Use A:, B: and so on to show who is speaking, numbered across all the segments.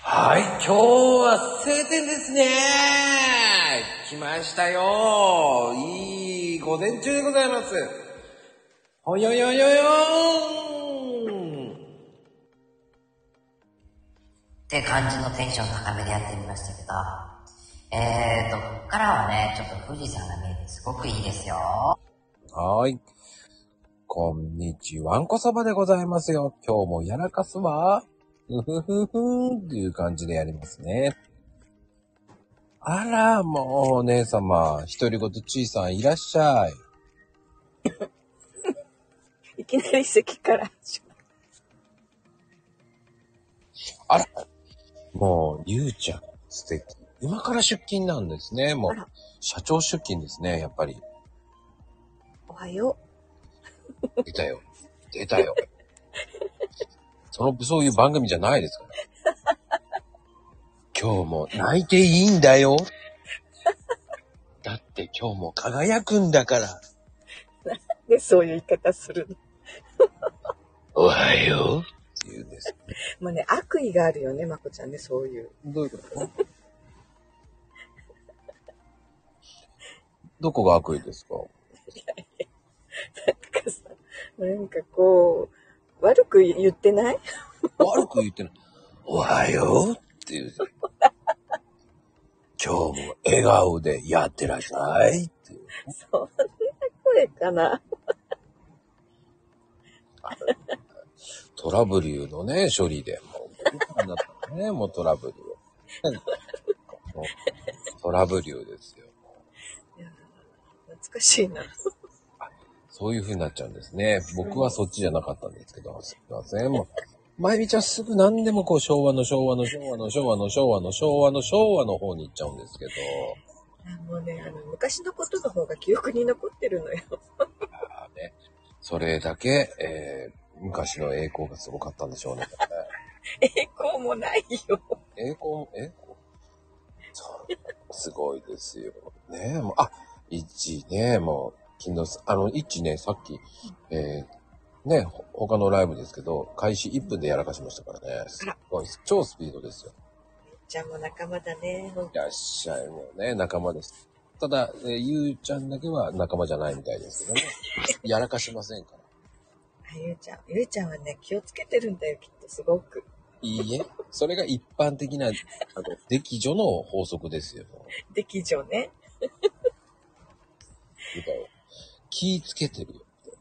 A: はい、今日は晴天ですね来ましたよいい午前中でございますほよよよよーん
B: って感じのテンション高めでやってみましたけど、えーと、ここからはね、ちょっと富士山が見えてすごくいいですよ。
A: はーい。こんにちは、わんこそばでございますよ。今日もやらかすわ。うふふふーんっていう感じでやりますね。あら、もう、お姉様、一人ごとちいさんいらっしゃい。
C: いきなり席から。
A: あら、もう、ゆうちゃん、素敵。今から出勤なんですね。もう
C: あら、
A: 社長出勤ですね、やっぱり。
C: おはよ
A: 出たよ。出たよ。 その、そういう番組じゃないですから。 今日も泣いていいんだよ。だって今日も輝くんだから。
C: う。で、そういう言い方するの。
A: おはよう。って言うんです。
C: もうね、悪意があるよね、まこちゃんね、そういう。
A: どういうことどこが悪意ですか
C: なんかさ、なんかこう、悪く言ってない
A: 悪く言ってない。おはようって言うじゃん。今日も笑顔でやってらっしゃいっていう。
C: そんな声かな。
A: トラブルのね、処理で。もう、だったね、もうトラブルを。もうトラブルですよ。
C: 懐かしいな。
A: そういう風になっちゃうんですね。僕はそっちじゃなかったんですけど、すいません。もう、まゆみちゃんすぐ何でもこう、昭和の昭和の昭和の昭和の昭和の昭和の昭和の方に行っちゃうんですけど。
C: あもうね、あの、昔のことの方が記憶に残ってるのよ。
A: ね。それだけ、えー昔の栄光がすごかったんでしょうね。
C: 栄光もないよ。
A: 栄光、栄光 そう、すごいですよ。ねえ、もう、あ、いちね、もう、昨日、あの、いちね、さっき、えー、ね、ほ他のライブですけど、開始1分でやらかしましたからね。すごい、超スピードですよ。
C: じゃあもう仲間だね。ほん
A: いらっしゃい、もうね、仲間です。ただ、えーゆうちゃんだけは仲間じゃないみたいですけどね。やらかしませんから。
C: あゆうちゃん。ゆうちゃんはね、気をつけてるんだよ、きっと、すごく。
A: いいえ、それが一般的な、あの、出女の法則ですよ。
C: で、以上ね。
A: だから気つけてるよ。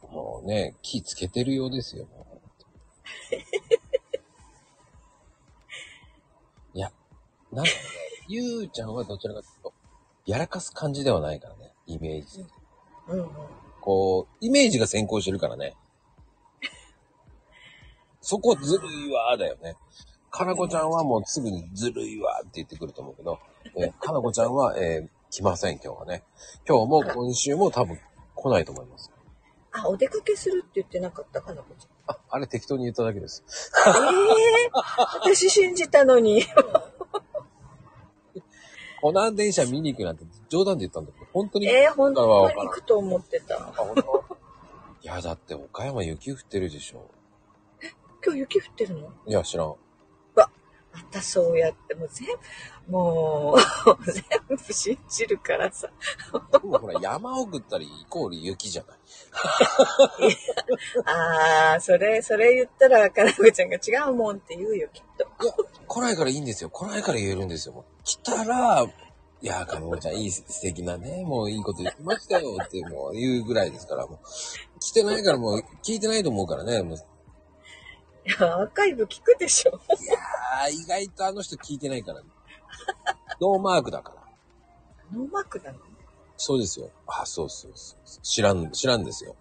A: もうね、気つけてるようですよ。もういや、なんかね、ゆうちゃんはどちらかというと、やらかす感じではないからね、イメージ。
C: うんうん。
A: こう、イメージが先行してる からね。そこずるいわーだよね。かなこちゃんはもうすぐにずるいわーって言ってくると思うけど、え ーかなこちゃんは、えー来ません、今日はね。今日も今週も多分来ないと思います。
C: あ、お出かけするって言ってなかったかな、こちゃん。
A: あ、あれ適当に言っただけです。
C: ええ私信じたのに。
A: コナン電車見に行くなんて冗談で言ったんだけど、本当に。
C: ええ本
A: からは
C: 当
A: わ
C: に
A: からん
C: 行くと思ってた。
A: あ本当 いや、だって岡山雪降ってるでしょ。
C: 今日雪降ってるの
A: いや、知らん。
C: またそうやって、もう全部、もう、 全部信じるからさ。
A: でもほら、山送ったりイコール雪じゃない。
C: ああ、それ、それ言ったら、かなこちゃんが違うもんって言うよ、きっと。
A: いや、来ないからいいんですよ。来ないから言えるんですよ。もう来たら、いや、かのこちゃん、いい、素敵なね、もういいこと言ってましたよって、もう言うぐらいですから、もう。来てないからもう、聞いてないと思うからね、もう。
C: いや、アーカイブ聞くでしょ。
A: いやー、意外とあの人聞いてないから、ね。ノーマークだから。
C: ノーマークなの
A: そうですよ。あ、そうそうそう。知らん、知らんですよ。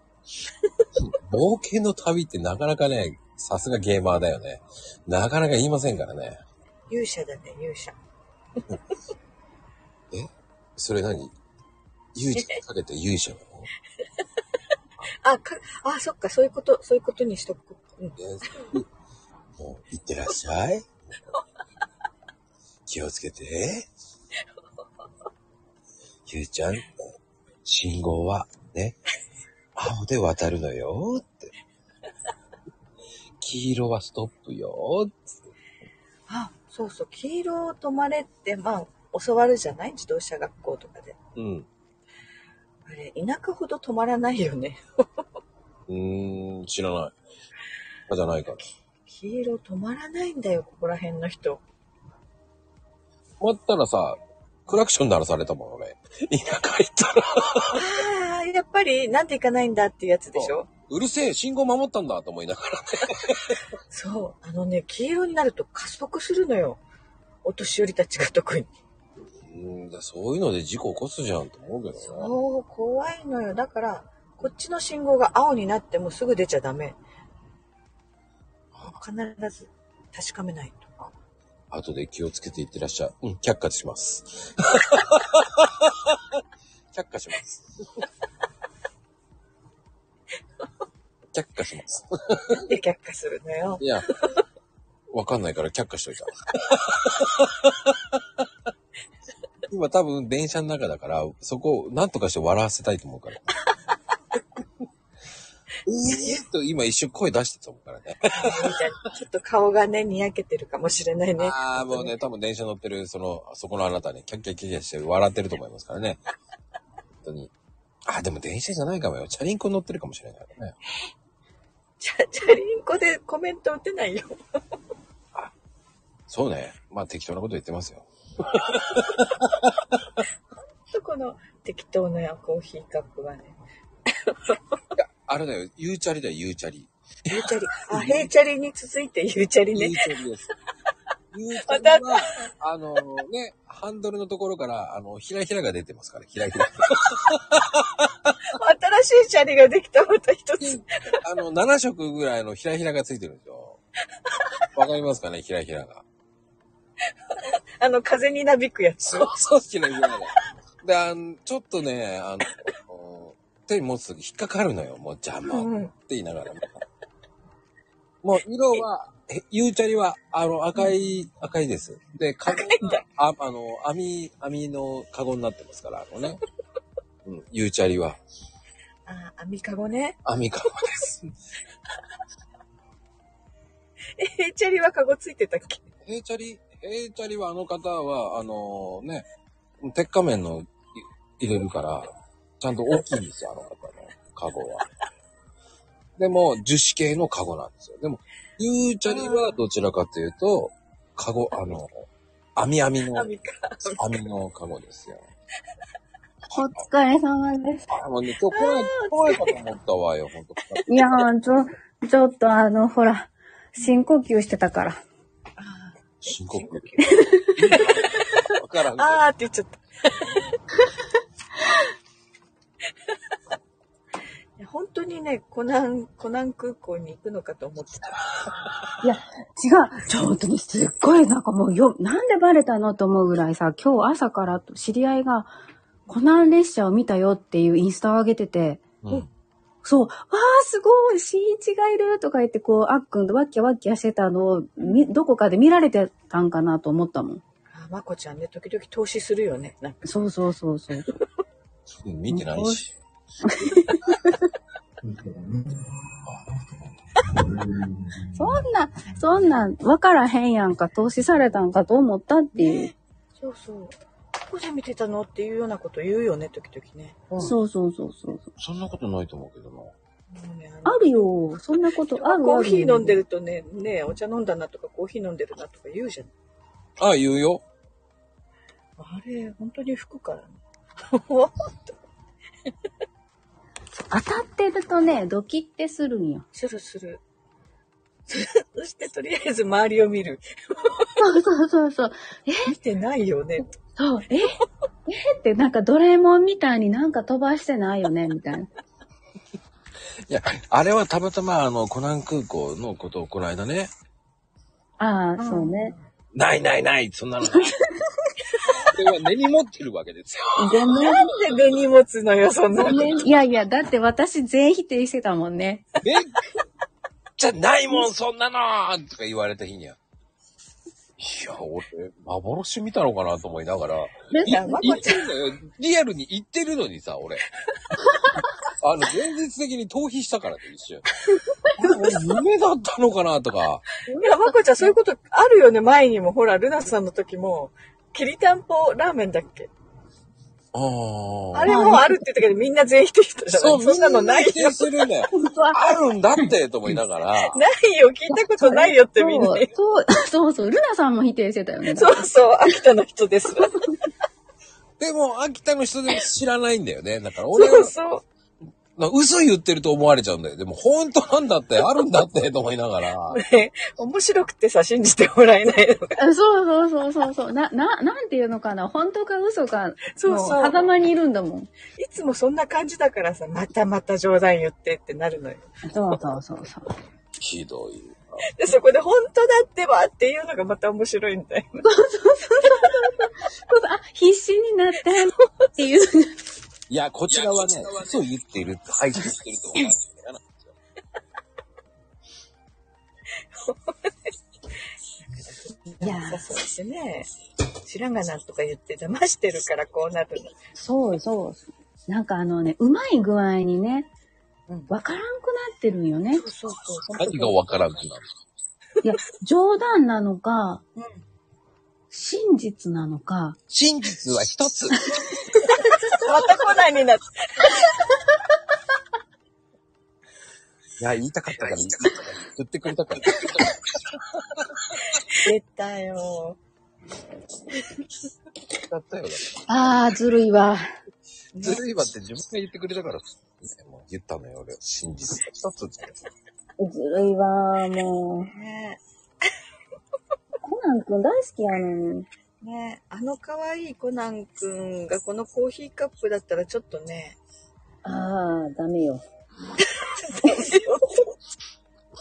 A: 冒険の旅ってなかなかね、さすがゲーマーだよね。なかなか言いませんからね。
C: 勇者だね、勇者。
A: それ何勇者かけて勇者なの
C: あ、か、あ、そっか、そういうこと、そういうことにしとく。うん、
A: えもう、いってらっしゃい。気をつけて。ゆうちゃん、信号はね、青で渡るのよって。黄色はストップよって。
C: あ、そうそう、黄色を止まれって、まあ、教わるじゃない自動車学校とかで。
A: うん。
C: あれ、田舎ほど止まらないよね。
A: うーん、知らない。あじゃないから。
C: 黄色止まらないんだよ、ここら辺の人。
A: 待ったらさ、クラクション鳴らされたもん、俺。田舎行ったら、
C: ああ、やっぱり、なんで行かないんだっていうやつでしょ
A: うるせえ、信号守ったんだと思いながら。
C: そう。あのね、黄色になると加速するのよ。お年寄りたちが特に。
A: うん、だそういうので事故起こすじゃんと思うけどね。
C: そう、怖いのよ。だから、こっちの信号が青になってもすぐ出ちゃダメ。必ず確かめないと。
A: 後で気をつけていってらっしゃい。うん、却下します。 却下します。却下します。
C: なんで却下するの よ。
A: いや、わかんないから却下しといた。今多分電車の中だから、そこをなんとかして笑わせたいと思うから。えーっと今一瞬声出してたと思うからね。
C: ちょっと顔がね、にやけてるかもしれないね。
A: ああ、もうね、多分電車乗ってる、その、そこのあなたね、キャッキャッキャッキャして笑ってると思いますからね。本当に。あ、でも電車じゃないかもよ。チャリンコ乗ってるかもしれないからね。
C: チャチャリンコでコメント打てないよ。
A: そうね。まあ適当なこと言ってますよ。
C: そこの適当なコーヒーカップはね。
A: あれだよ、ゆうチャリだよ、ゆうチャリ。
C: ゆうチャリ。あ、ヘイチャリに続いてゆうチャリ
A: ゆう
C: ね。
A: ちょりです。ゆうちょ
C: わ
A: り
C: かっ
A: は、あのね、ハンドルのところから、あの、ひらひらが出てますから、ひらひら。
C: 新しいチャリができたまた一つ。
A: あの、7色ぐらいのひらひらがついてるんですよ。わかりますかね、ひらひらが。
C: あの、風になびくやつ。
A: そうそう、ひらひらが。で、あの、ちょっとね、あの、手に持つと引っかかるのよ、もう邪魔
C: う
A: っ
C: ん
A: て言いながら。もう、色は、えゆうちゃりは、あの、赤い、赤いです。で、か
C: 赤いんだ。
A: あ、あの、網、網のカゴになってますから、あのね。うん、ゆうちゃりは、
C: あ、網かごね。
A: 網カゴです。
C: え、ヘイチャリはかごついてたっけ
A: ヘイチャリ、ヘイチャリはあの方は、あのね、鉄仮面のい入れるから、ちゃんと大きいんですよ、あの方のカゴは。でも、樹脂系のカゴなんですよ。でも、ゆうちゃりはどちらかというと、カゴ、あの、網網の、
C: 網か。
A: 網のカゴですよ。
D: お疲れ様です。
A: あ、もうね、今日来ない、来ないかと思ったわよ、ほんと。
D: いやー、ちょ、ちょっとあの、ほら、深呼吸してたから。
A: 深呼吸。わからんけど。
C: あーって言っちゃ った。いや本当にね、コナン、コナン空港に行くのかと思ってた。
D: いや、違う。ちょっとね、すっごいなんかもうよ、なんでバレたのと思うぐらいさ、今日朝から知り合いが、コナン列車を見たよっていうインスタを上げてて、
A: うん。
D: そう、わーすごい新一がいるとか言って、こう、あっくんとワッキャワッキャしてたのを、みどこかで見られてたんかなと思ったもん。
C: あ、まこちゃんね、時々投資するよね。なんか
D: そうそうそうそう。
A: うん見てないし。
D: そんな、そんなん、わからへんやんか、投資されたんかと思ったっていう。
C: そうそう。どこで見てたのっていうようなこと言うよね、時々ね。
D: そうそうそうそう。
A: そんなことないと思うけどな。
C: もうねあの
D: あるよ、そんなことある
C: コーヒー飲んで
D: る。
C: るとね、ねえお茶飲んだなとかコーヒー飲んでるなとか言うじゃん。
A: ああ、言うよ。
C: あれ、本当に吹くからね。
D: 当たってるとね、ドキってするんよ。
C: するする。そしてとりあえず周りを見る。
D: そうそうそうそう。
C: 見てないよね。
D: そう、え えってなんかドラえもんみたいになんか飛ばしてないよね、みたいな。
A: いや、あれはたまたま、あの、コナン空港のことをこの間ね、
D: ああ、そうね。
A: ないないない、そんなのない。これは根に持ってるわけですよ。
D: ごめん。
C: なんで根に持つのよ、そんな
D: ご
C: の。
D: めん。いやいや、だって私全否定してたもんね。
A: えじゃないもん、そんなのとか言われた日には。いや、俺、幻見たのかなと思いながら。
C: なんか、ま
A: 言
C: こ
A: っ
C: ちゃ
A: てるのよ。リアルに言ってるのにさ、俺。あの、現実的に逃避したからね、一 瞬。あれ俺夢だったのかなとか。
C: いや、まこちゃん、そういうことあるよね、前にも。ほら、ルナさんの時も、きりたんぽラーメンだっけ
A: ああ。
C: あれもあるって言ったけど、みんな全否定したじゃない
A: そう、
C: そんなのない
A: みん
C: よ
A: 否定。するね。
D: 本当は
A: あるんだって、と思いなが ら。
C: ないよ、聞いたことないよってみんな
D: そう。そう、そうそう、ルナさんも否定してたよね。
C: そうそう、秋田の人です。
A: でも、秋田の人でも知らないんだよね。だから俺
C: そう
A: は、
C: そう。
A: な嘘言ってると思われちゃうんだよ。でも、本当なんだって、あるんだって、と思いながら。
C: ね、面白くてさ、信じてもらえないのが。
D: あそうそうそうそうそう。な、な、なんていうのかな。本当か嘘か。
C: そうそう
D: も狭間にいるんだもん。
C: いつもそんな感じだからさ、またまた冗談言ってってなるのよ。
D: そうそうそうそう。
A: ひどい。
C: で、そこで本当だってばっていうのがまた面白いんだよ。
D: あ、必死になってっていう。
A: いや、こちらはね、嘘言ってるって、配信してると思われ ちゃうから。
D: いや
C: さそうですね。白髪なんとか言って騙してるからこうなるの。
D: そうそう。なんかあのね、うまい具合にね
C: うん、
D: わからんくなってるんよね。
C: そうそう
A: 何がわからんくなる
D: いや、冗談なのか、
C: うん
D: 真実なのか、
A: 真実は一 つ。
C: またコーナーになって。
A: いや、言いたかったから、言いたかったから言ってくれたから。
C: 出たよ。
A: だったよ、だか
D: ああ、ずるいわ。
A: ら。ずるいわって自分が言ってくれたから、もう言ったのよ、俺。真実は一つって。
D: ずるいわ、もう。
C: ね
D: コナンくん大好きやのに。
C: え、ねえ、あの可愛いコナンくんがこのコーヒーカップだったらちょっとね。
D: ああ、ダメよ。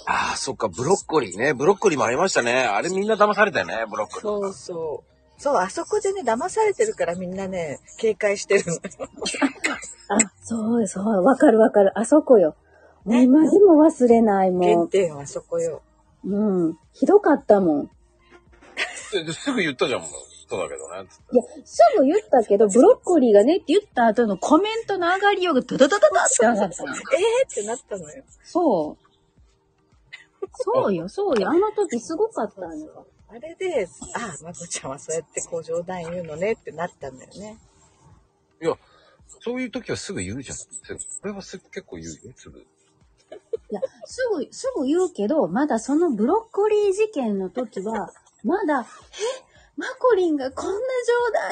A: ああ、そっか、ブロッコリーね。ブロッコリーもありましたね。あれみんな騙されたよね、ブロッコリー。
C: そうそう。そう、あそこでね、騙されてるからみんなね、警戒してるの。
D: あ、そうそう、わかるわかる。あそこよ。もう
C: ね
D: 今でも忘れない、も
C: 原点はあそこよ。
D: う。うん。ひどかったもん。
A: すぐ言ったじゃん、もう。そうだけどね。
D: いや、すぐ言ったけど、ブロッコリーがねって言った後のコメントの上がりようがドドドドドって上がったの。
C: えーってなったのよ。
D: そう。そうよ、そうよ。あの時すごかったのよ。
C: あれで、ああ、まこちゃんはそうやってこう冗談言うのねってなったんだよね。
A: いや、そういう時はすぐ言うじゃん。これはす結構言うよ、すぐ。
D: いや、すぐ、すぐ言うけど、まだそのブロッコリー事件の時は、まだ、えマコリンがこんな冗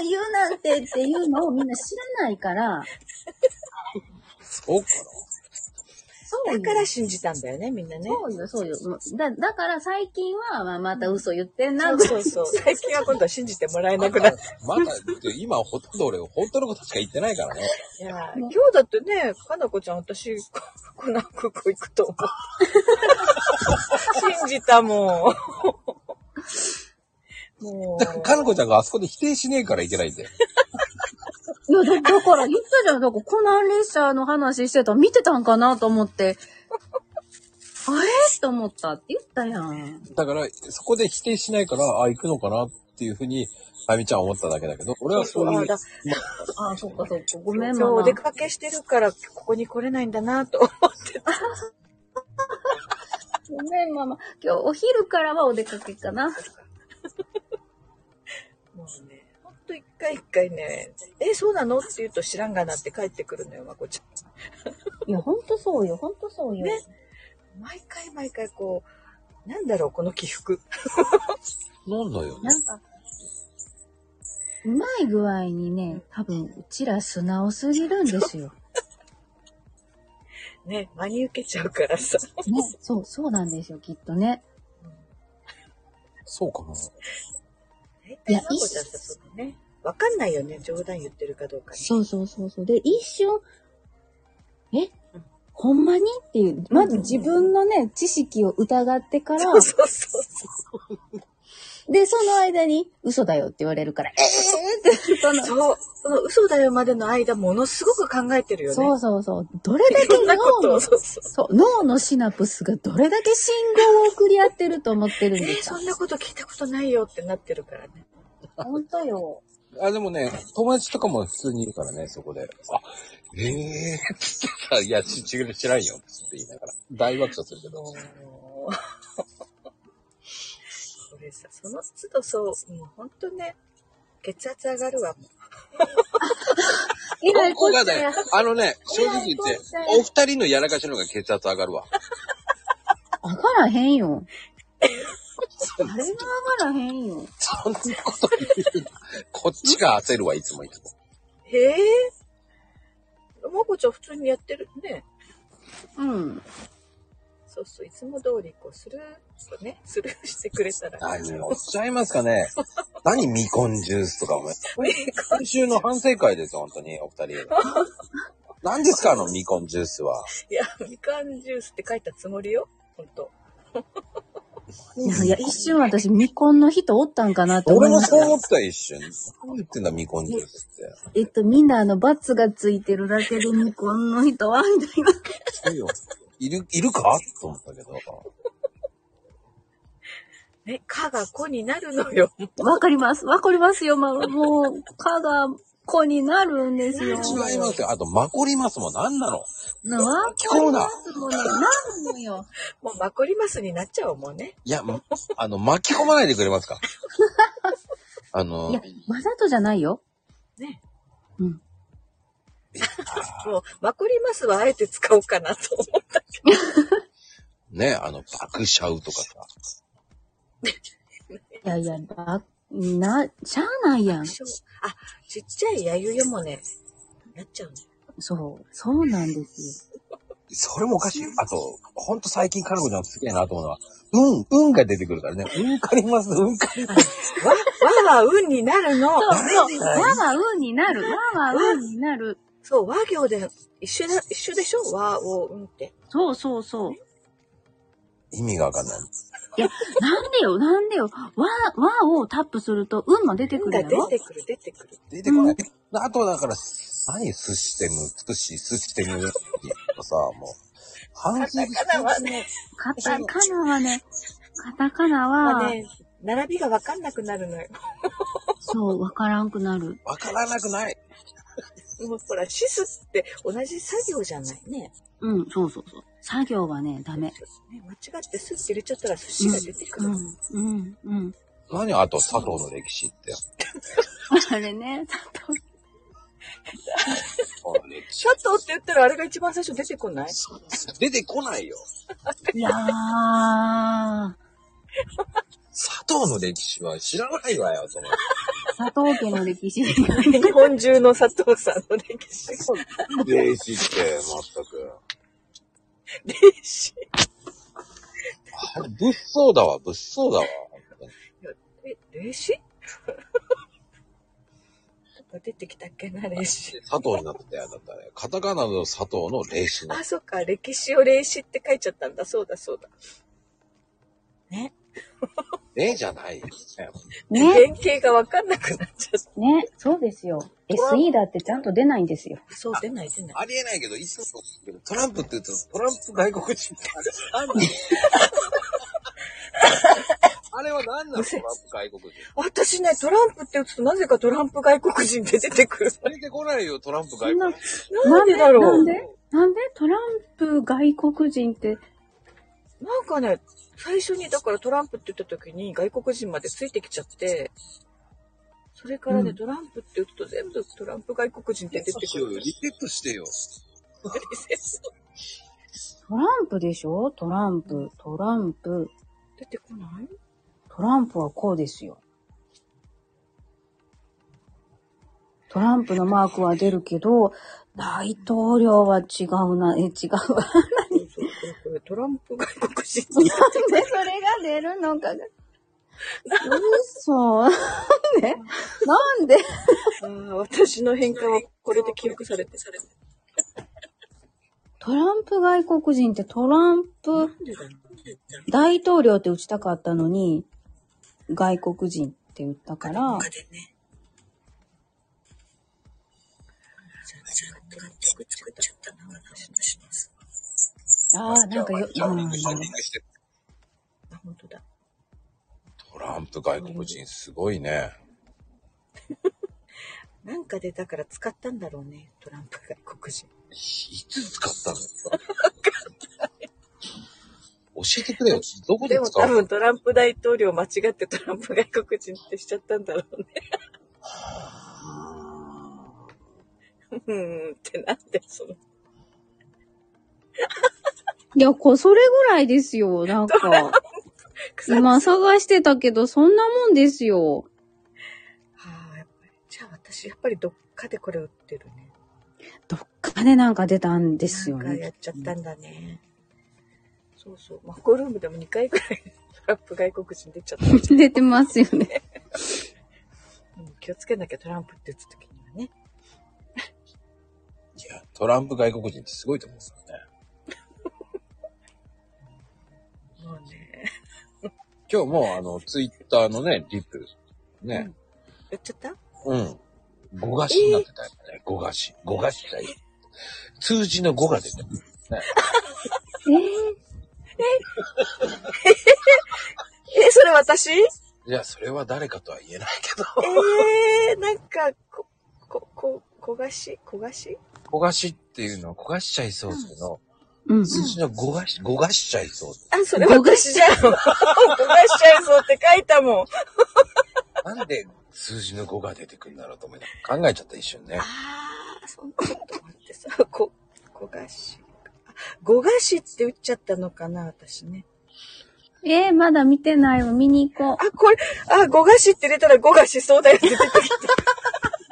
D: 談言うなんてっていうのをみんな知らないから、
A: そうか
D: そうよ
C: だから信じたんだよね、みんなね。
D: そうよ、そうよ。もうだ、だから最近は、まあ、また嘘言ってんな、
C: そう
D: ぐ
C: そ
D: らいう
C: そう。最近は今度は信じてもらえなくな
A: な
C: った。。
A: まだ、今ほとんど俺、本当のことしか言ってない からね。
C: いや、今日だってね、かなこちゃん、私、ここの空港行くと思 う。信じたもん。も
A: だから
C: う、
A: かのこちゃんがあそこで否定しねえからいけないんだよ。
D: いや、だだから言ったじゃん。だからコナン列車の話してた見てたんかなと思って。あれと思ったって言ったやん。
A: だから、そこで否定しないから、あ、行くのかなっていうふうに、あゆみちゃんは思っただけだけど、俺はそういう、
C: そうだ
D: ああ、そっかそっか。ごめん、
C: 今日
D: マ
C: お
D: マ
C: 出。かけしてるから、ここに来れないんだなと思ってた。
D: ごめん、ママ。今日お昼からはお出かけかな。
C: もうね、ほんと一回一回ね、え、そうなのって言うと知らんがなって帰ってくるのよ、まこちゃ
D: いや、ほんとそうよ。ほんとそうよ。
C: ねん。毎回毎回こう、なんだろう、この起伏。
A: なんだよね。
D: なんか、うまい具合にね、多分、うちら素直すぎるんです よ。
C: ね、真に受けちゃうからさ。
D: ね。そう、そうなんですよ、きっとね。
A: そうかな。
C: 大体まこちゃんさ、そのね、わかんないよね、冗談言ってるかどうかね。
D: そうそうそうそう。で、一瞬、えほんまにっていう、まず自分のね、知識を疑ってから、
C: そうそうそうそう。
D: で、その間に、嘘だよって言われるから、ええーって、その、
C: そう。その嘘だよまでの間、ものすごく考えてるよね。
D: そうそうそう、どれだけ
C: いろんなこ
D: 脳
C: とを。
D: の、
C: そうそう。
D: そう、脳のシナプスがどれだけ信号を送り合ってると思ってるん
C: え
D: で
C: ー
D: す
C: そ
D: か
C: んなこと聞いたことないよってなってるからね。
D: 本当よ。
A: あ、でもね、友達とかも普通にいるからね、そこで。あ、ええ ー。いや、ち、ちぐる知らんよ。って言いながら。大爆笑するけど。
C: もうこれさ、その都度そう、もうほんとね、血圧上がるわ。もう
D: えらいこ
A: ここ
D: っ
A: が
D: ちゃや
A: ね。、あのね、正直言って、お二人のやらかしの方が血圧上がるわ。
D: 上がらへんよ。あれは上がらへんよ。
A: そんなこと言うな。こっちが焦るわ、いつもいつも。
C: へえ。もこちゃん普通にやってるね。
D: うん。
C: そうそう、いつも通りこう、スルー、とね、スルーしてくれたら。
A: 何をおっしゃいますかね。何未婚ジュースとかお前。
C: メーカー
A: 今週の反省会です、本当に、お二人。何ですか、あの未婚ジュースは。
C: いや、みかんジュースって書いたつもりよ。ほんと。
D: いやいや、一瞬私未婚の人おったんかなと思
A: 俺
D: いま
A: も
D: し
A: そう
D: た。
A: 思ってた、一瞬。何言ってんだ、未婚ジュースって。
D: えっと、みんなあの、バツがついてるだけで未婚の人は、みたいな。
A: そうよ。いる、いるかと思ったけど。
C: ね、かが子になるの よ。
D: わかります。わかりますよ。まあ、もう、かが子になるんですよ。
A: 違いますよ。あと、まこりますもん。何なの
D: なわか
A: 聞こう
D: り
A: な
D: ますもんね。なんのよ。
C: もうマコリマスになっちゃうもうね。
A: いや、まあの、巻き込まないでくれ ますかあ
D: い
A: の
D: や、、わざとじゃないよ。
C: ね。
D: うん。
C: もう、マコリマスはあえて使おうかなと思った。
A: ね、あの、爆シャウとかさ。
D: いやいや、ば、な、しゃあないやん。
C: あ、ちっちゃいやゆよもね、なっちゃうね。
D: そう。そうなんです
A: それもおかしい。あと、ほんと最近、かなこちゃんすげえなと思うのは、うん、うんが出てくるからね。うんかります、うんかります。
C: わ、わは運になるの。
D: よ。そうそう。わは運になる。わは運になる。
C: そう、和行で一緒だ、一緒でしょ和を運って。
D: そうそうそう。
A: 意味がわかんない。
D: いや、なんでよ、なんでよ。わ、わをタップすると、運も出て
C: 運
D: くる
C: が
D: や
C: 出
D: ろ
C: てくる、出てくる。
A: 出てこない。あとだから、何スシテム、つし、スシテムってさ、もう、半数
C: カナはね、
D: カタカナはね、カタカナ
C: ま
D: は
C: あ、ね、並びがわかんなくなるのよ。
D: そう、わからんくなる。
A: わからなくない。
C: もうほら、シスって同じ作業じゃないね。
D: うん、そうそうそう。作業はね、ダメ。
C: ね間違ってスッて入れちゃったら寿司が出てくる。
D: うん、うん、うん。
A: 何あと、佐藤の歴史って。
D: あれね、佐藤。
A: 佐藤の歴史
C: シャットって言ったらあれが一番最初出てこない
A: 出てこないよ。
D: いやー、
A: 佐藤の歴史は知らないわよ、その。
D: 佐藤家の歴史。
C: 日本中の佐藤さんの歴史。
A: 歴史って、まったく。
C: 歴史。
A: あれ物騒だわ、物騒だわ。
C: え、歴史出てきたっけな、歴史。
A: 佐藤になってたよ、だったね。カタカナの佐藤の歴史の
C: あ、。そっか、歴史を歴史って書いちゃったんだ。そうだ、そうだ。ね。
A: ねじゃないよ。
D: ね、
C: 原型がわかんなくなっちゃっ
D: ね、そうですよ。SE だってちゃんと出ないんですよ。
C: た。そう、出ない、出ない。
A: ありえないけど、いつも、トランプって言うと、トランプ外国人ってあれ、なん であれは何なのトランプ外国人。
C: 私ね、トランプって打つとなぜかトランプ外国人で出てくる。
A: 出てこないよ、トランプ
D: そ
A: 外
D: んな
A: 国人。
C: なんでだろ
D: なん
C: う
D: でなんでトランプ外国人って、
C: なんかね、最初にだからトランプって言った時に外国人までついてきちゃって、それからね、
D: うん
C: トランプって打つと全部トランプ外国人って出てくる。
A: リセットしてよ。
D: トランプでしょトランプ、トランプ、
C: 出てこない
D: トランプはこうですよ。トランプのマークは出るけど、大統領は違うな、え、違うわ。
C: そうそうこれトランプ外国人
D: なんでそれが出るのかが。嘘。なんでなんで
C: あー私の変換はこれで記憶されて。されて
D: トランプ外国人ってトランプ大統領って打ちたかったのに、外国人って打ったから、ああ、なんかよ、
A: シャ
D: う
A: ウ
D: ん
A: リング、シャウリングしてる。
C: あ本当だ。
A: トランプ外国人、すごいね。
C: なんかで、だから使ったんだろうね、トランプ外国人。
A: いつ使ったの教えてくれよ。どこで
C: でも
A: 使
C: 多
A: うの
C: 分トランプ大統領間違ってトランプ外国人ってしちゃったんだろうね。うーんってなんでその、
D: いや、こ、それぐらいですよ。なんか、
C: 草
D: 今探してたけど、そんなもんですよ。
C: はあ、やっぱり。じゃあ私、やっぱりどっかでこれ売ってるね。
D: どっかでなんか出たんですよ
C: なんかやっ
D: ね。
C: ちゃったんだね。そうそう。マコルームでも2回くらいトランプ外国人出ちゃった。うん
D: 出てますよね。
C: 気をつけなきゃトランプって打つときにはね。
A: いや、トランプ外国人ってすごいと思うんですよね。
C: もうね。
A: 今日もうあの、ツイッターのね、リップ、ね、
C: やっちゃった
A: うん。五菓子になってたよね。五菓子。五菓子だよ。数字の5が出てる。
C: え、それ私え
A: いや、それは誰かとは言えないけど。
C: ー、なんか、こ、こ、こ、焦がし焦がし
A: 焦がしっていうのは焦がしちゃいそうですけど、
D: うん。
A: 数字の5がし、5がしちゃいそう。
C: あ、それ私じゃん。焦がしちゃいそうって書いたもん。
A: なんで数字の5が出てくるんだろうと思いながら考えちゃった一瞬ね。
C: ああ、そう、ちょっと待ってさ、こ、焦がし。あ焦がしって打っちゃったのかな、私ね。
D: えー、まだ見てないわ。見に行こう。
C: あ、これ、あ、5がしって入れたら5がしそうだよって出てきた。
A: 5が、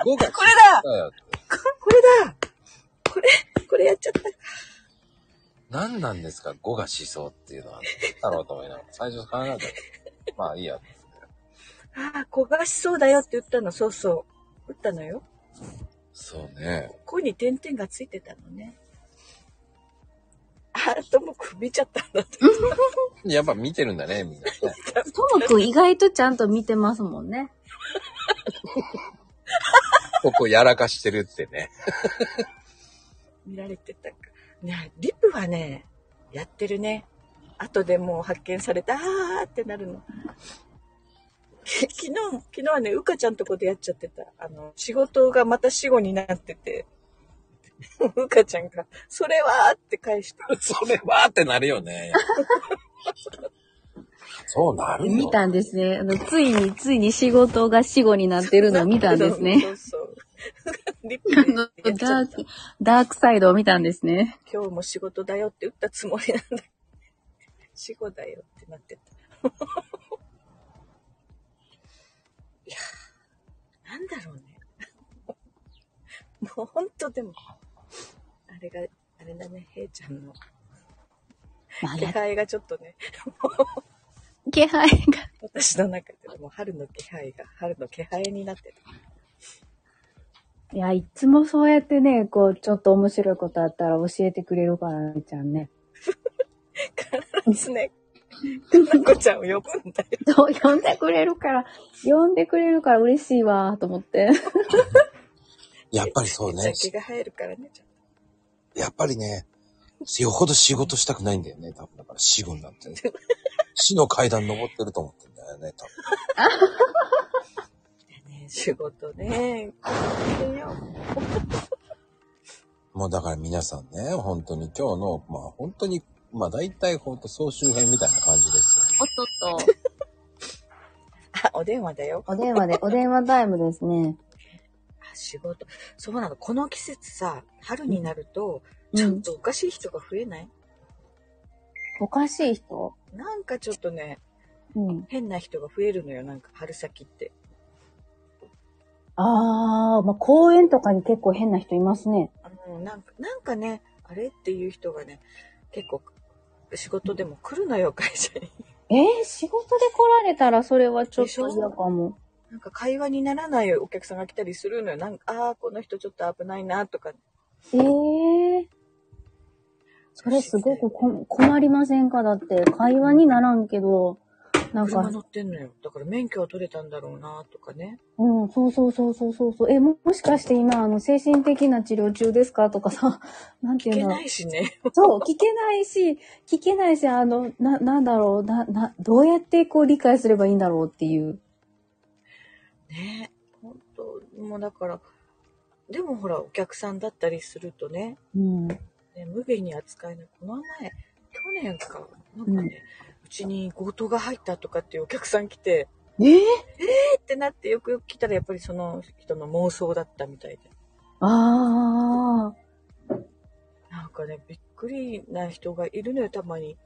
C: これだ
A: うん
C: これだこれ、これやっちゃった。
A: 何なんですか ?5 がしそうっていうのは、だろうと思いながら。最初考えた。まあいいや。
C: ああ、焦がしそうだよって打ったの、そうそう。打ったのよ。
A: そうね。
C: ここに点々がついてたのね。 あ、ともくん見ちゃったんだって。
A: やっぱ見てるんだね、みんなね。
D: トモくん意外とちゃんと見てますもんね。
A: ここやらかしてるってね。
C: 見られてたか。ね、リップはね、やってるね。後でもう発見された、あーってなるの。き昨日、昨日はね、うかちゃんとこでやっちゃってた。あの、仕事がまた死後になってて、 うかちゃんが、それはーって返して、
A: それはーってなるよね。 そうなるよ。
D: 見たんですね。あの、ついに、ついに仕事が死後になってるのを見たんですね。
C: そうそう。 リッ
D: あ
C: プ
D: の
C: でやっちゃ
D: ダ
C: っ
D: ー
C: た
D: ク、ダークサイドを見たんですね。
C: 今日も仕事だよって打ったつもりなんだ。 死後だよってなってた。 いやー、なんだろうね。 もうほんとでも、あれが、あれだね、ヘイちゃんの
D: まあ
C: 気
D: や、
C: 配がちょっとね、
D: 気配が。
C: 私の中ではもう春の気配が、春の気配になってる。
D: いや、いつもそうやってね、こう、ちょっと面白いことあったら教えてくれるから、ね、ちゃんね。
C: で すね。かなこちゃんを呼ぶんだよ。
D: そう、呼んでくれるから、呼んでくれるから嬉しいわ、と思って。
A: やっぱりそう
C: ヘイ
A: ね。
C: ちゃん毛が生えるからね、ちょっ
A: やっぱりね、よほど仕事したくないんだよね、多分。だから死後になってね。死の階段登ってると思ってんだよね、多分。
C: とね。仕事ね。やってよ
A: もうだから皆さんね、本当に今日の、まあ本当に、まあ大体本当総集編みたいな感じですよ。
D: おっとっと。
C: あ、 お電話だよ。
D: お電話で、お電話タイムですね。
C: あ仕事。そうなの。この季節さ、春になると、
D: うん
C: ちょっとおかしい人が増えない、
D: おかしい人
C: なんかちょっとね、
D: うん。
C: 変な人が増えるのよ。なんか春先って。
D: あー、まあ、公園とかに結構変な人いますね。
C: あの、なんか、なんかね、あれっていう人がね、結構、仕事でも来るのよ、 会社に。
D: えー、仕事で来られたらそれはちょっと嫌かも。
C: なんか会話にならないお客さんが来たりするのよ。なんか、ああ、この人ちょっと危ないな、とか。
D: えー。それすごくこ困りませんかだって、会話にならんけど、なん
C: 車
D: か、
C: 乗ってんのよ。だから免許は取れたんだろうな、とかね。
D: うん、そうそうそうそうそうそう。え、も、もしかして今、あの、精神的な治療中ですかとかさ、 なんて
C: 聞
D: い
C: け
D: うの
C: ないしね。
D: そう、聞けないし、聞けないし、あの、な、なんだろう、な、な、どうやってこう理解すればいいんだろうっていう。
C: ね本当もうだからでもほら、お客さんだったりするとね、
D: うん。
C: ね無限に扱えない。この前、去年か、なんかね、うちに強盗が入ったとかっていうお客さん来て、
D: ええ
C: えってなってよくよく聞いたらやっぱりその人の妄想だったみたいで。
D: ああ。
C: なんかね、びっくりな人がいるのよ、たまに。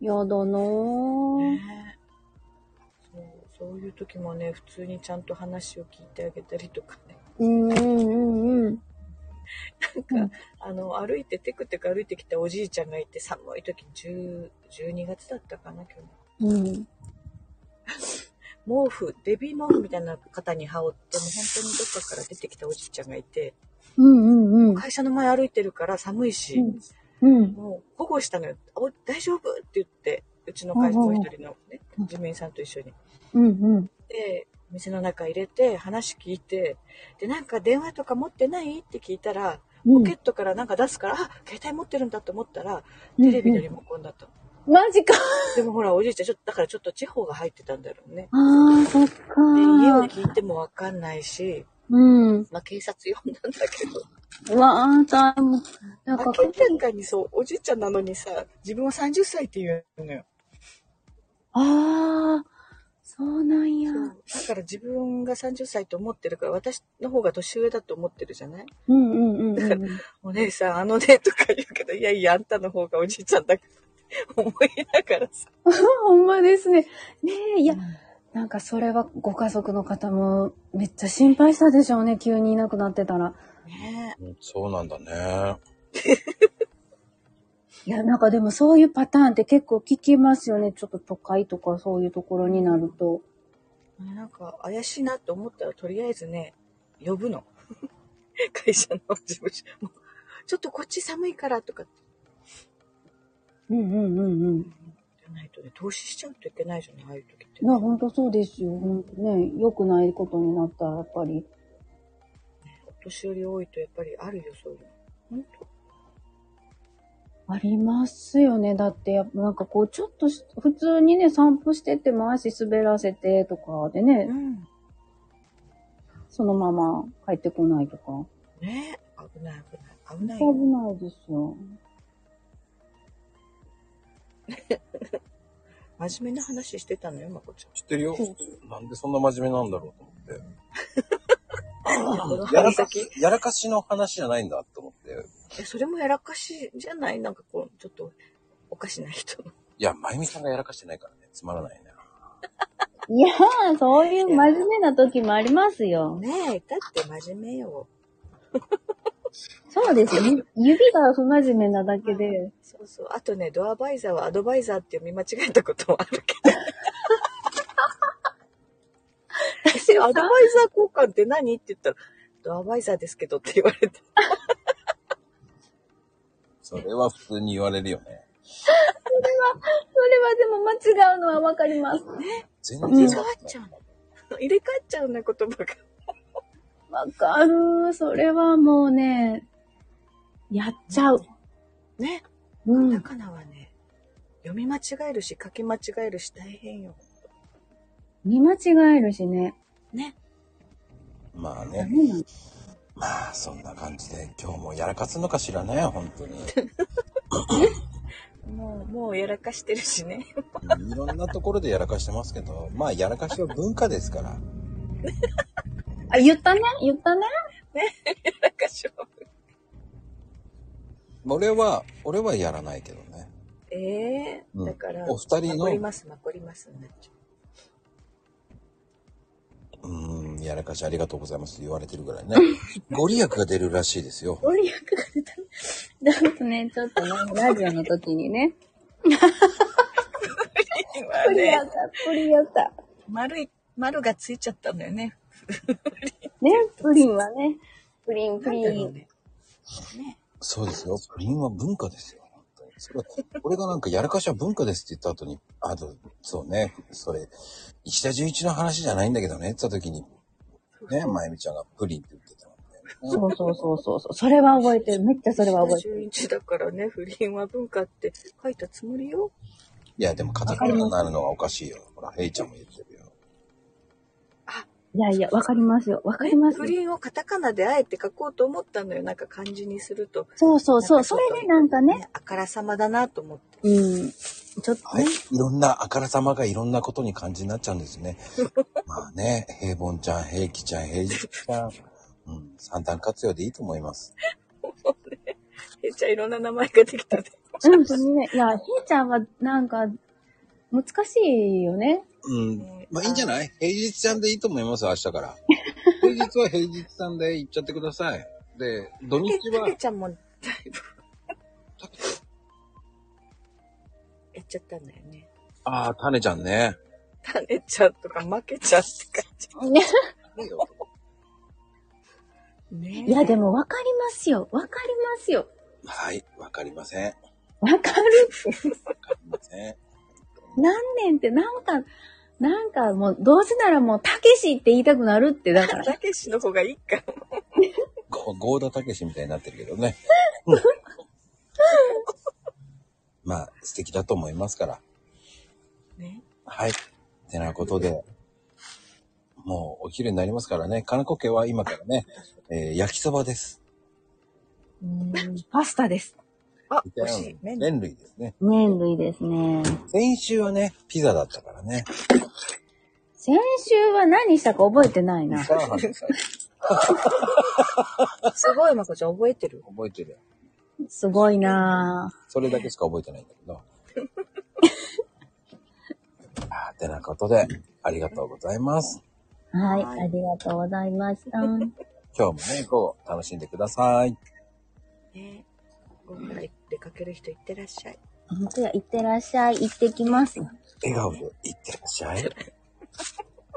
D: やだなー
C: ねそうそういう時もね普通にちゃんと話を聞いてあげたりとかね
D: うんうん
C: な
D: うん
C: んか、あの歩いてテクテク歩いてきたおじいちゃんがいて寒い時10 12月だったかな今
D: うん。うん。
C: 日毛布ベビー毛布みたいな肩に羽織ってもう本当にどっかから出てきたおじいちゃんがいて
D: うんうんうん。
C: 会社の前歩いてるから寒いし、
D: うん。
C: もう保護したのよ「お大丈夫?」って言ってうちの会社の一人の、ね、事務員さんと一緒に
D: うんうん。
C: で、店の中入れて、話聞いて、で、なんか電話とか持ってないって聞いたら、
D: う
C: ポ
D: ん
C: ケットからなんか出すから、あ、携帯持ってるんだと思ったら、
D: うん
C: テレビのリモコンだったの。
D: マジか。
C: でもほら、おじいちゃん、ちょっと、だからちょっと地方が入ってたんだろうね。
D: ああ、そっか
C: で、家を
D: ー。
C: 聞いてもわかんないし、
D: うん。
C: まあ、警察呼んだんだけど、
D: うわあ、さ、もう、なんか、
C: 明らかにそう、おじいちゃんなのにさ、自分は30歳って言うのよ。
D: ああ、そうなんや。
C: そうだから自分が30歳と思ってるから、私の方が年上だと思ってるじゃない
D: うんうんうんうん。
C: お姉さん、あのね、とか言うけど、いやいや、あんたの方がおじいちゃんだけど、思いながらさ。
D: ほんまですね。ねえ、いや
C: うん、
D: なんかそれはご家族の方もめっちゃ心配したでしょうね、急にいなくなってたら。
C: ね
A: うんそうなんだね。
D: いや、なんかでもそういうパターンって結構聞きますよね。ちょっと都会とかそういうところになると。
C: え。なんか、怪しいなと思ったら、とりあえずね、呼ぶの。 会社の事務所。もうちょっとこっち寒いからとかって
D: うんうんうんうん。
C: 言わないとね、投資しちゃうといけないじゃない、ああいう時って。
D: いや、ほんとそうですよ。ほんとね、良くないことになったらやっぱり。
C: お年寄り多いと、やっぱりあるよ、そういうの。本
D: ありますよね。だって、やっぱなんかこう、ちょっとし普通にね、散歩してても足滑らせてとか
C: 当
D: で
C: う
D: ね、
C: ん。
D: そのまま帰ってこないとか。
C: ねえ。危ない、危ない。危ない
D: 危
C: よ。
D: ないですよ。
C: 真面目な話してたのよ、まこちゃん。
A: 知ってるよ。なんでそんな真面目なんだろうと思って。
C: この
A: やら
C: 話
A: か
C: 先
A: し。、やらかしの話じゃないんだと思って。
C: えそれもやらかしじゃないなんかこう、ちょっと、おかしな人の。
A: いや、まゆみさんがやらかしてないからね。つまらないね。
D: いやー、そういう真面目な時もありますよ。
C: ねえ、だって真面目よ。
D: そうですよね。指が不真面目なだけで。
C: そうそう。あとね、ドアバイザーはアドバイザーって読み間違えたこともあるけど。 私アドバイザー交換って何って言ったら、ドアバイザーですけどって言われて。
A: それは普通に言われるよね。
D: それはでも間違うのはわかります。
A: 全
D: うん
A: 然
C: 変わっちゃうの。入れ替わっちゃうね、言葉が。
D: わかるー。それはもうね、やっちゃう。
C: ね。
D: う
C: カ
D: ん。
C: タカナはね、読み間違えるし、書き間違えるし、大変よ。
D: 見間違えるしね。
C: ね。
A: まあ
D: ダ
A: ね。
D: メなの
A: まあ、そんな感じで、今日もやらかすのかしらね、本当に。
C: もう、もうやらかしてるしね。
A: いろんなところでやらかしてますけど、まあ、やらかしは文化ですから。
D: あ、言ったね言ったね
C: やらかしは
A: 俺は、俺はやらないけどね。
C: ええ
A: うん
C: だから、
A: お二人の
C: まこります、まこりますになっちゃ
A: うん、やらかしありがとうございますって言われてるぐらいね。ご利益が出るらしいですよ。
D: ご利益が出た。だとね、ちょっとね、ラジオの時にね。
C: う。今
D: ご利益
C: ね、、
D: ご利益。
C: 丸い、丸がついちゃったんだよね。
D: ね、プリンはね。プリン、プ
C: なん
D: リ
C: だろう
D: ン。
C: ね。ね。
A: そうですよ。不倫は文化ですよ。本当にそれは俺がなんかやらかしは文化ですって言った後に、あと、そうね、それ、石田純一の話じゃないんだけどね、って言った時に、ね、まゆみちゃんがプリンって言ってたもんね。
D: そうそうそうそうそう。それは覚えてる。めっちゃそれは覚えてる。
C: 純一だからね、不倫は文化って書いたつもりよ。
A: いや、でもカタカナになるのはおかしいよ。ほら、ヘイちゃんも言ってるよ。
C: あ、
D: いやいや、わかりますよ。わかります
C: グ
D: よ。
C: リーンをカタカナであえて書こうと思ったのよ。なんか漢字にすると。
D: そうそうそ
C: な
D: う。
C: んかち
D: そ
C: ょっと
D: れでなんかね、
C: ねあからさまだなと思って。
D: うん。ちょっと
A: はい
D: ね、。
A: いろんな、あからさまがいろんなことに感じになっちゃうんです ね。まあね、平凡ちゃん、平気ちゃん、平日ちゃん。うん、三段活用でいいと思います。
C: えちゃんいろんな名前ができたね。
D: うん、それでね。いや、ひーちゃんはなんか、難しいよね。
A: うん。まあいいんじゃない平日ちゃんでいいと思います、明日 から。平日は平日さんで行っちゃってください。で、土日
C: え、たけ
A: は、
C: ちゃんも、だいぶ。やっちゃったんだよね。
A: ああ、タネちゃんね。
C: タネちゃんとか負けちゃんって感じ。ね
D: いや、でもわかりますよ。わかりますよ。
A: はい、わかりません。わ
D: わか
A: か
D: る。
A: りません。
D: 何年ってなんか、なんかもう、どうせならもう、たけしって言いたくなるって、だから。
C: たけしの方がいいか。
A: ゴゴーダたけしみたいになってるけどね。まあ、素敵だと思いますから。
C: ね。
A: はい。てなことで、もうお昼になりますからね。金子家は今からね、えー焼きそばです。
D: うんパスタです。
C: あ、
A: イタ
C: 惜
A: リア
C: し
A: ン
C: い。麺
A: 麺類ですね。
D: 麺類ですね。
A: 先週はね、ピザだったからね。
D: 先週は何したか覚えてないな。
A: チャーハン覚
C: すごい、まこちゃん覚えてる。
A: えてるよ。
D: すごいなぁ。
A: それだけしか覚えてないんだけ ど。あーてなことで、ありがとうございます。
D: はい、
C: はい
D: ありがとうございました。
A: 今日もね、午後楽しんでください。
C: ね。ご飯で出かける人いってらっしゃい。
D: 本当や、いってらっしゃい。行ってきます。
A: 笑顔でいってらっしゃい。